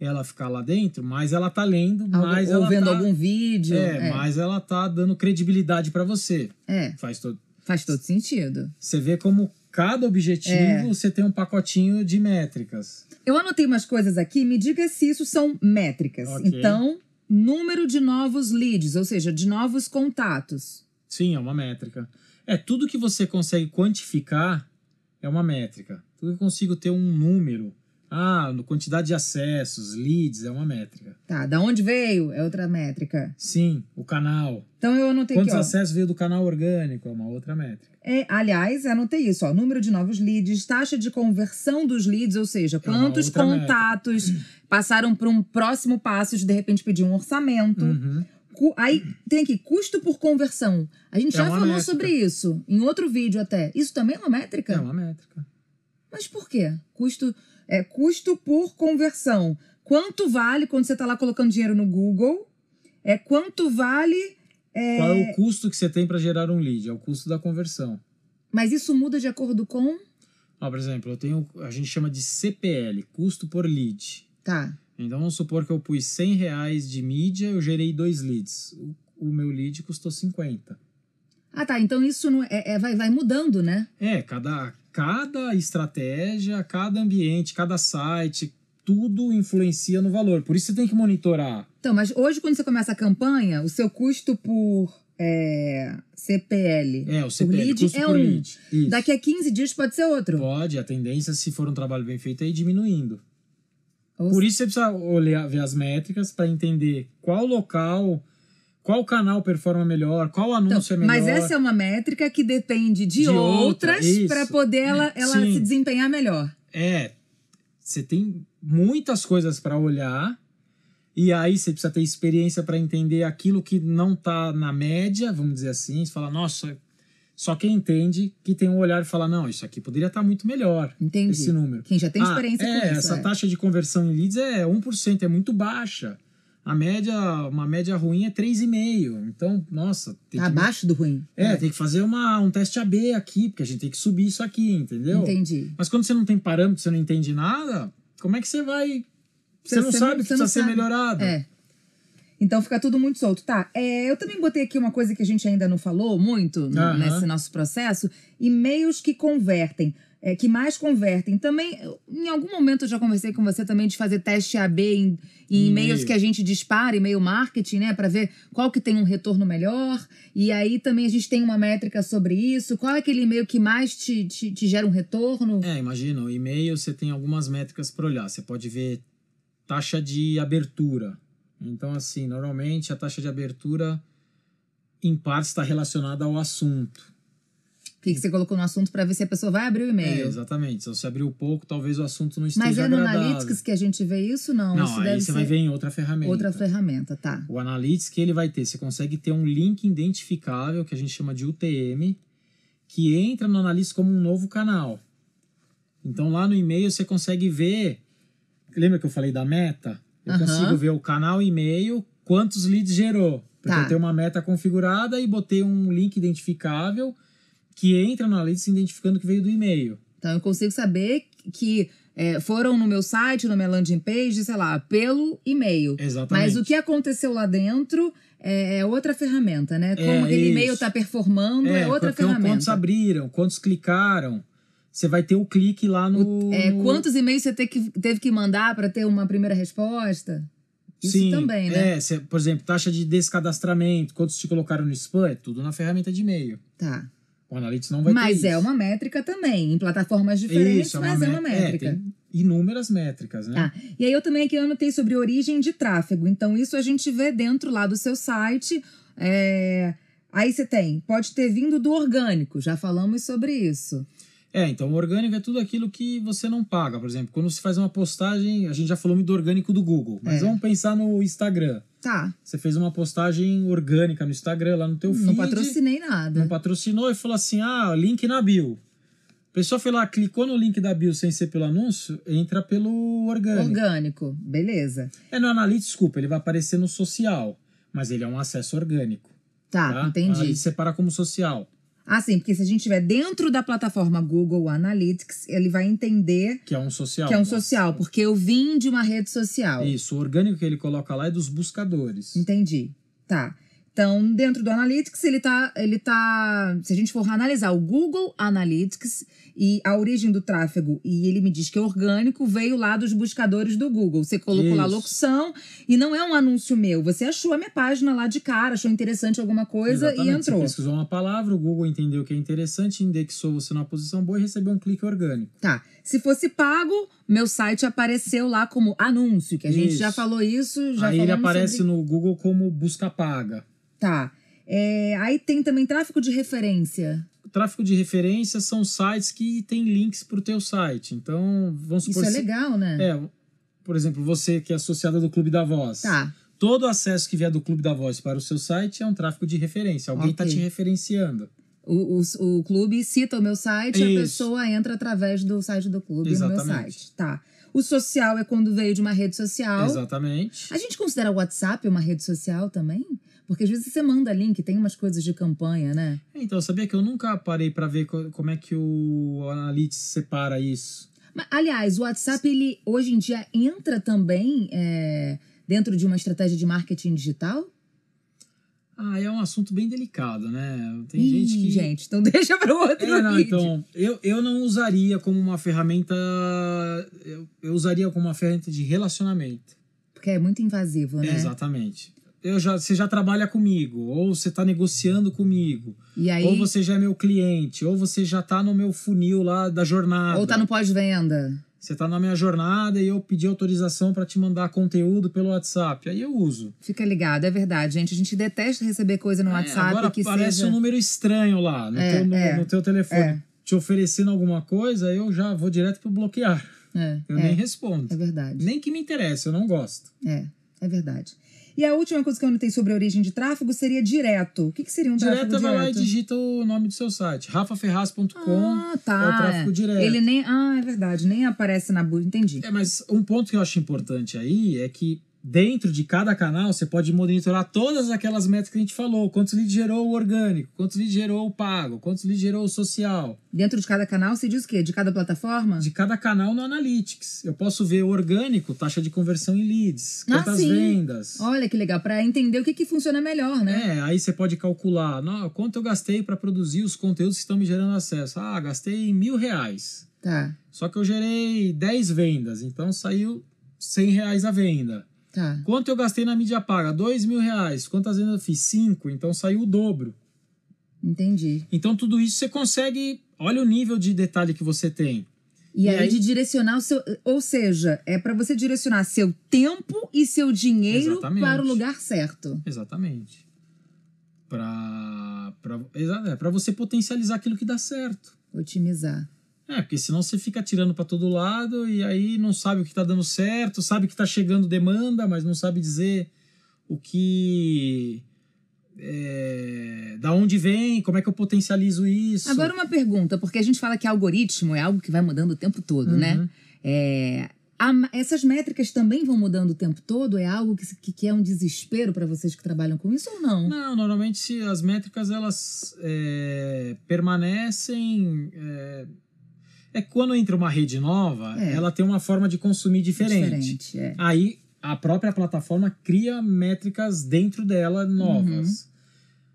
B: ela ficar lá dentro, mais ela tá lendo,
A: algo-
B: mais
A: ou
B: ela
A: vendo
B: tá...
A: algum vídeo.
B: É,
A: É,
B: mais ela tá dando credibilidade pra você.
A: é,
B: Faz todo...
A: faz todo sentido.
B: Você vê como cada objetivo
A: É.
B: você tem um pacotinho de métricas.
A: Eu anotei umas coisas aqui, me diga se isso são métricas.
B: Ok.
A: Então, número de novos leads, ou seja, de novos contatos.
B: Sim, é uma métrica. É, tudo que você consegue quantificar é uma métrica. Tudo que eu consigo ter um número. Ah, no quantidade de acessos, leads, é uma métrica.
A: Tá, da onde veio é outra métrica.
B: Sim, o canal.
A: Então eu anotei
B: Quantos
A: aqui, ó.
B: acessos veio do canal orgânico? É uma outra métrica.
A: É, aliás, anotei isso, ó. Número de novos leads, taxa de conversão dos leads, ou seja,
B: É uma
A: quantos
B: outra meta.
A: contatos passaram para um próximo passo de de repente pedir um orçamento.
B: Uhum.
A: Cu- Aí tem aqui, custo por conversão. A gente
B: É
A: já
B: uma
A: falou
B: métrica.
A: sobre isso em outro vídeo até. Isso também é uma métrica?
B: É uma métrica.
A: Mas por quê? Custo, é, custo por conversão. Quanto vale quando você está lá colocando dinheiro no Google? É quanto vale. é,
B: Qual é o custo que você tem para gerar um lead? É o custo da conversão.
A: Mas isso muda de acordo com.
B: Ó, por exemplo, eu tenho, a gente chama de CPL, custo por lead.
A: Tá.
B: Então vamos supor que eu pus 100 reais de mídia, eu gerei dois leads. O, o meu lead custou 50.
A: Ah, tá. Então isso não é, é- vai, vai mudando, né?
B: É, cada, cada estratégia, cada ambiente, cada site, tudo influencia no valor. Por isso você tem que monitorar.
A: Então, mas hoje, quando você começa a campanha, o seu custo por é, CPL.
B: É, o CPL,
A: lead
B: custo
A: é
B: por
A: um.
B: lead. Isso.
A: Daqui a 15 dias pode ser outro.
B: Pode, a tendência, se for um trabalho bem feito, é ir diminuindo.
A: Ou
B: Por isso você precisa olhar, ver as métricas para entender qual local, qual canal performa melhor, qual
A: Então,
B: anúncio é melhor.
A: mas essa é uma métrica que depende de,
B: De outra,
A: outras
B: isso.
A: para poder ela, ela
B: Sim.
A: se desempenhar melhor.
B: É, você tem muitas coisas para olhar e aí você precisa ter experiência para entender aquilo que não tá na média, vamos dizer assim. Você fala, nossa, só quem entende que tem um olhar e fala, não, isso aqui poderia estar muito melhor,
A: Entendi.
B: esse número.
A: Quem já tem
B: Ah,
A: experiência
B: é,
A: com isso.
B: essa
A: é.
B: taxa de conversão em leads é 1%, é muito baixa. A média, uma média ruim é 3,5. Então, nossa, tem
A: Tá
B: que,
A: abaixo do ruim. Ah,
B: é, tem que fazer uma, um teste AB aqui, porque a gente tem que subir isso aqui, entendeu?
A: Entendi.
B: Mas quando você não tem parâmetro, você não entende nada, como é que você vai. Você,
A: Você-
B: não
A: você
B: sabe
A: não-
B: que
A: você
B: precisa
A: não
B: ser
A: sabe.
B: melhorado.
A: É. Então fica tudo muito solto. Tá, é, eu também botei aqui uma coisa que a gente ainda não falou muito n-
B: Aham.
A: nesse nosso processo: e-mails que convertem, é, que mais convertem. Também, eu- em algum momento eu já conversei com você também de fazer teste AB em, em e-mails
B: E-mail.
A: que a gente dispara, e-mail marketing, né, Pra ver qual que tem um retorno melhor. E aí também a gente tem uma métrica sobre isso. Qual é aquele e-mail que mais te, te, te gera um retorno?
B: É, imagina, o e-mail você tem algumas métricas para olhar. Você pode ver taxa de abertura. Então, assim, normalmente a taxa de abertura em parte está relacionada ao assunto.
A: O que, que você colocou no assunto pra ver se a pessoa vai abrir o
B: É,
A: e-mail?
B: exatamente. Se você abriu pouco, talvez o assunto não esteja
A: Mas é no
B: agradável.
A: Analytics que a gente vê isso? Não,
B: Não,
A: isso
B: aí
A: deve
B: você
A: ser
B: vai ver em outra ferramenta.
A: outra ferramenta, tá.
B: O Analytics que ele vai ter, você consegue ter um link identificável, que a gente chama de UTM, que entra no Analytics como um novo canal. Então lá no e-mail você consegue ver. Lembra que eu falei da meta? Eu
A: Aham.
B: consigo ver o canal e-mail, quantos leads gerou. Porque
A: Tá.
B: eu tenho uma meta configurada e botei um link identificável que entra no Analytics identificando que veio do e-mail.
A: Então eu consigo saber que é, foram no meu site, na minha landing page, sei lá, pelo e-mail.
B: Exatamente.
A: Mas o que é aconteceu lá dentro é é outra ferramenta, né? Como
B: É,
A: aquele e-mail
B: isso.
A: tá performando é, outra
B: porque um quantos
A: ferramenta.
B: abriram, quantos clicaram. Você vai ter o clique lá no.
A: É,
B: no-
A: quantos e-mails você te- que- teve que mandar para ter uma primeira resposta? Isso também, né?
B: É, cê- por exemplo, taxa de descadastramento, quantos te colocaram no spam, é tudo na ferramenta de e-mail.
A: Tá.
B: O Analytics não vai ter
A: Mas
B: isso.
A: é uma métrica também, em plataformas diferentes,
B: Isso,
A: mas é uma
B: mé-
A: métrica.
B: tem inúmeras métricas, né?
A: Tá. E aí eu também aqui anotei sobre origem de tráfego. Então, isso a gente vê dentro lá do seu site. É, Aí você tem, pode ter vindo do orgânico, já falamos sobre isso.
B: É, então o orgânico é tudo aquilo que você não paga. Por exemplo, quando você faz uma postagem, a gente já falou muito do orgânico do Google, mas
A: É.
B: vamos pensar no Instagram.
A: Tá.
B: Você fez uma postagem orgânica no Instagram, lá no teu feed.
A: não patrocinei nada.
B: Não patrocinou e falou assim: ah, link na bio. A pessoa foi lá, clicou no link da bio sem ser pelo anúncio, entra pelo orgânico.
A: Orgânico, beleza.
B: É no Analytics, desculpa, ele vai aparecer no social, mas ele é um acesso orgânico.
A: Tá,
B: Tá? O
A: entendi.
B: Analytics separa como social,
A: Ah, sim, porque se a gente estiver dentro da plataforma Google Analytics, ele vai entender
B: que é um social.
A: que é um
B: Mas-
A: social, porque eu vim de uma rede social.
B: Isso, o orgânico que ele coloca lá é dos buscadores.
A: Então, Entendi. Tá. Então, dentro do Analytics, ele tá, ele tá. Se a gente for analisar o Google Analytics e a origem do tráfego, e ele me diz que é orgânico, veio lá dos buscadores do Google. Você colocou lá a
B: Isso.
A: locução e não é um anúncio meu. Você achou a minha página lá de cara, achou interessante alguma coisa e
B: Exatamente,
A: entrou.
B: Você pesquisou uma palavra, o Google entendeu que é interessante, indexou você numa posição boa e recebeu um clique orgânico.
A: Tá. Se fosse pago, meu site apareceu lá como anúncio, que a gente
B: Isso.
A: já falou isso, já
B: Aí ele
A: falamos
B: aparece
A: sobre-
B: no Google como busca paga.
A: Tá. É, aí tem também tráfego de referência.
B: Tráfego de referência são sites que têm links para o teu site. Então, vamos
A: Isso
B: supor...
A: é
B: se-
A: legal, né?
B: É, por exemplo, você que é associada do Clube da Voz.
A: Tá.
B: Todo acesso que vier do Clube da Voz para o seu site é um tráfego de referência. Alguém está
A: Ok.
B: te referenciando.
A: O, o, o clube cita o meu site e a
B: Isso.
A: pessoa entra através do site do clube no meu
B: Exatamente.
A: site. Tá. O social é quando veio de uma rede social.
B: Exatamente.
A: A gente considera o WhatsApp uma rede social também? Porque às vezes você manda link, tem umas coisas de campanha, né?
B: Então, sabia que eu nunca parei para ver co- como é que o Analytics separa isso?
A: Mas, aliás, o WhatsApp, ele hoje em dia entra também é, dentro de uma estratégia de marketing digital?
B: Ah, é um assunto bem delicado, né? Tem
A: Ih,
B: gente que.
A: Gente, então deixa para outro
B: É, não,
A: vídeo.
B: então, eu, eu não usaria como uma ferramenta. Eu, eu usaria como uma ferramenta de relacionamento.
A: Porque é muito invasivo, né?
B: Exatamente. Eu já, você já trabalha comigo, ou você está negociando comigo,
A: E aí,
B: ou você já é meu cliente, ou você já está no meu funil lá da jornada.
A: ou tá no pós-venda.
B: Você está na minha jornada e eu pedi autorização para te mandar conteúdo pelo WhatsApp. Aí eu uso.
A: Fica ligado, é verdade, gente. A gente detesta receber coisa no
B: É,
A: WhatsApp
B: Agora
A: que
B: parece
A: seja...
B: um número estranho lá no,
A: É,
B: teu, no-
A: é,
B: no teu telefone.
A: é.
B: Te oferecendo alguma coisa, eu já vou direto pro bloquear.
A: É,
B: um- Eu
A: é,
B: nem respondo.
A: é verdade.
B: Nem que me interesse, eu não gosto.
A: É, é verdade. E a última coisa que eu anotei sobre a origem de tráfego seria direto. O que, que seria um
B: Direto, é
A: tráfego
B: vai lá e
A: direto?
B: digita o nome do seu site, rafaferraz.com.
A: Ah, tá.
B: é o tráfego direto.
A: Ele nem. Ah, é verdade. Nem aparece na busca. Entendi.
B: É, mas um ponto que eu acho importante aí é que dentro de cada canal você pode monitorar todas aquelas metas que a gente falou. Quantos leads gerou o orgânico, quantos leads gerou o pago, quantos leads gerou o social.
A: Dentro de cada canal, você diz o quê? De cada plataforma?
B: De cada canal no Analytics. Eu posso ver o orgânico, taxa de conversão em leads,
A: Ah,
B: quantas
A: sim.
B: vendas.
A: Olha que legal, Pra entender o que, que funciona melhor, né?
B: É, aí você pode calcular não, quanto eu gastei para produzir os conteúdos que estão me gerando acesso. Ah, gastei mil reais.
A: Tá,
B: Só que eu gerei 10 vendas, então saiu 100 reais a venda.
A: tá.
B: Quanto eu gastei na mídia paga? Dois mil reais. Quantas vendas eu fiz? Cinco. Então saiu o dobro.
A: Entendi.
B: Então tudo isso você consegue. Olha o nível de detalhe que você tem.
A: E,
B: E
A: aí,
B: aí-
A: de direcionar o seu. Ou seja, é pra você direcionar seu tempo e seu dinheiro
B: Exatamente.
A: para o lugar certo.
B: Exatamente. Pra, pra, exa- é, pra você potencializar aquilo que dá certo.
A: Otimizar.
B: É, porque senão você fica tirando pra todo lado e aí não sabe o que tá dando certo, sabe que tá chegando demanda, mas não sabe dizer o que. É, da onde vem, como é que eu potencializo isso.
A: Agora, uma pergunta, porque a gente fala que algoritmo é algo que vai mudando o tempo todo,
B: Uhum.
A: né? É, a- essas métricas também vão mudando o tempo todo? É algo que, se- que, que é um desespero para vocês que trabalham com isso ou não?
B: Não, normalmente se as métricas elas é, permanecem. É, é que quando entra uma rede nova,
A: É.
B: ela tem uma forma de consumir diferente.
A: Diferente, é.
B: Aí a própria plataforma cria métricas dentro dela
A: Uhum.
B: novas.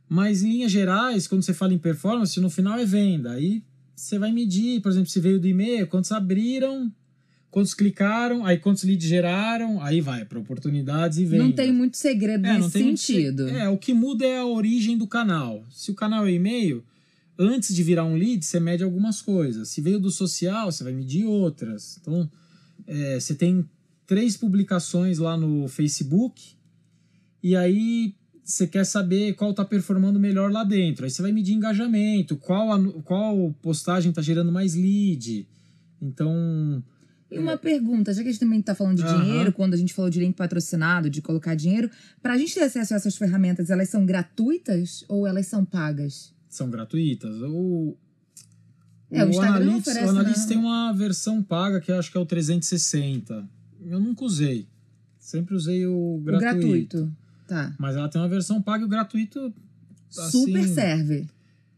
B: Mas em linhas gerais, quando você fala em performance, no final é venda. Aí você vai medir, por exemplo, se veio do e-mail, quantos abriram, quantos clicaram, aí quantos leads geraram, aí vai para oportunidades e venda.
A: Não tem muito segredo
B: É,
A: nesse
B: não tem muito
A: sentido.
B: se- É, o que muda é a origem do canal. Se o canal é e-mail, antes de virar um lead, você mede algumas coisas. Se veio do social, você vai medir outras. Então, é, você tem três publicações lá no Facebook, e aí você quer saber qual está performando melhor lá dentro. Aí você vai medir engajamento, qual, anu- qual postagem está gerando mais lead. Então,
A: E uma pergunta, já que a gente também está falando de
B: Aham.
A: dinheiro, quando a gente falou de link patrocinado, de colocar dinheiro, para a gente ter acesso a essas ferramentas, elas são gratuitas ou elas são pagas?
B: são gratuitas. O,
A: É, o Instagram
B: Analytics,
A: oferece,
B: o Analytics
A: né?
B: tem uma versão paga que eu acho que é o 360. Eu nunca usei. Sempre usei o
A: O
B: gratuito.
A: gratuito. Tá.
B: Mas ela tem uma versão paga e o gratuito Assim-
A: Super serve.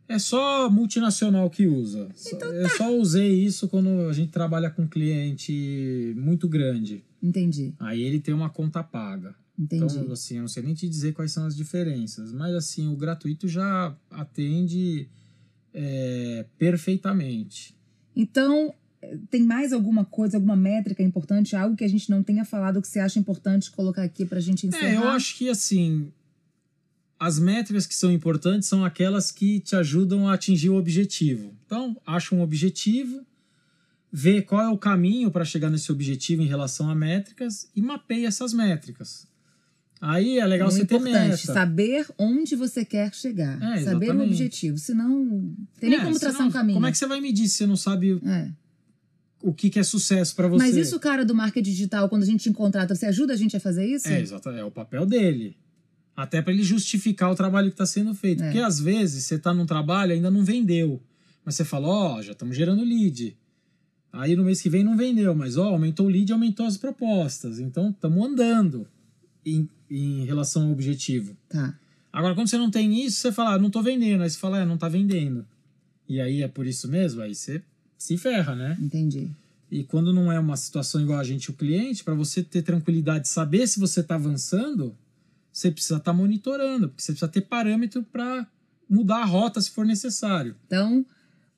B: é só multinacional que usa.
A: Então
B: Só-
A: tá.
B: Eu só usei isso quando a gente trabalha com cliente muito grande.
A: Entendi,
B: Aí ele tem uma conta paga.
A: entendi.
B: Então, assim, eu não sei nem te dizer quais são as diferenças, mas assim, o gratuito já atende é, perfeitamente.
A: Então, eh, tem mais alguma coisa, alguma métrica importante, algo que a gente não tenha falado que você acha importante colocar aqui pra gente encerrar?
B: É, eu acho que assim. As métricas que são importantes são aquelas que te ajudam a atingir o objetivo. Então, acha um objetivo, vê qual é o caminho para chegar nesse objetivo em relação a métricas e mapeia essas métricas. Aí é legal
A: Muito
B: você ter
A: importante,
B: meta.
A: saber onde você quer chegar.
B: É,
A: saber o
B: exatamente.
A: objetivo. Senão, tem nem
B: É,
A: como traçar
B: senão,
A: um caminho.
B: Como é que você vai medir se você não sabe
A: É.
B: o que, que é sucesso para você?
A: Mas isso, o cara do marketing digital, quando a gente te contrata, você ajuda a gente a fazer isso?
B: É, exato, é o papel dele. Até para ele justificar o trabalho que está sendo feito.
A: É.
B: Porque às vezes você está num trabalho e ainda não vendeu. Mas você fala, ó, já estamos gerando lead. Aí no mês que vem não vendeu, mas ó, aumentou o lead e aumentou as propostas. Então estamos andando em, em relação ao objetivo.
A: Tá.
B: Agora, quando você não tem isso, você fala, ah, não tô vendendo. Aí você fala, é, não tá vendendo. E aí é por isso mesmo, aí você se ferra, né?
A: Entendi.
B: E quando não é uma situação igual a gente, o cliente, para você ter tranquilidade de saber se você está avançando, você precisa estar monitorando, porque você precisa ter parâmetro para mudar a rota se for necessário.
A: Então,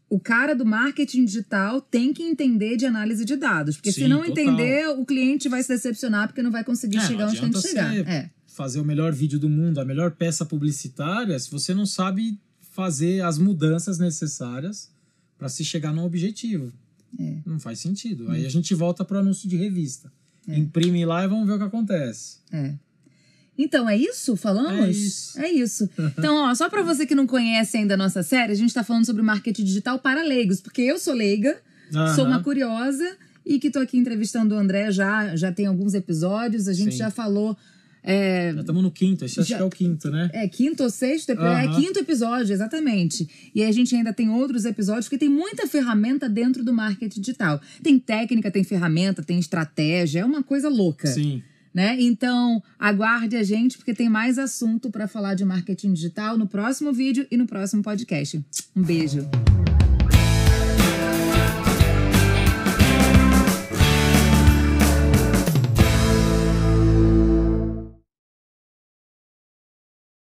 A: o cara do marketing digital tem que entender de análise de dados. Porque se
B: Sim,
A: não
B: total.
A: entender, o cliente vai se decepcionar porque não vai conseguir
B: É, não
A: chegar onde tem que
B: adianta
A: chegar.
B: ser-
A: É.
B: Fazer o melhor vídeo do mundo, a melhor peça publicitária, se você não sabe fazer as mudanças necessárias para se chegar num objetivo.
A: É.
B: Não faz sentido. Aí a gente volta para o anúncio de revista. Imprime lá e vamos ver o que acontece.
A: É. Então, é isso? Falamos?
B: É isso.
A: É isso. Então, ó, só pra você que não conhece ainda a nossa série, a gente tá falando sobre marketing digital para leigos, porque eu sou leiga, sou uma
B: Aham.
A: curiosa e que tô aqui entrevistando o André já, já tem alguns episódios, a gente
B: Sim.
A: já falou. É,
B: Já estamos no quinto, esse acho
A: Já-
B: que é o quinto, né?
A: é quinto ou sexto episódio?
B: Aham.
A: É quinto episódio, exatamente. E aí a gente ainda tem outros episódios que tem muita ferramenta dentro do marketing digital. Tem técnica, tem ferramenta, tem estratégia, é uma coisa louca
B: Sim.
A: né? Então, aguarde a gente porque tem mais assunto para falar de marketing digital no próximo vídeo e no próximo podcast. Um beijo.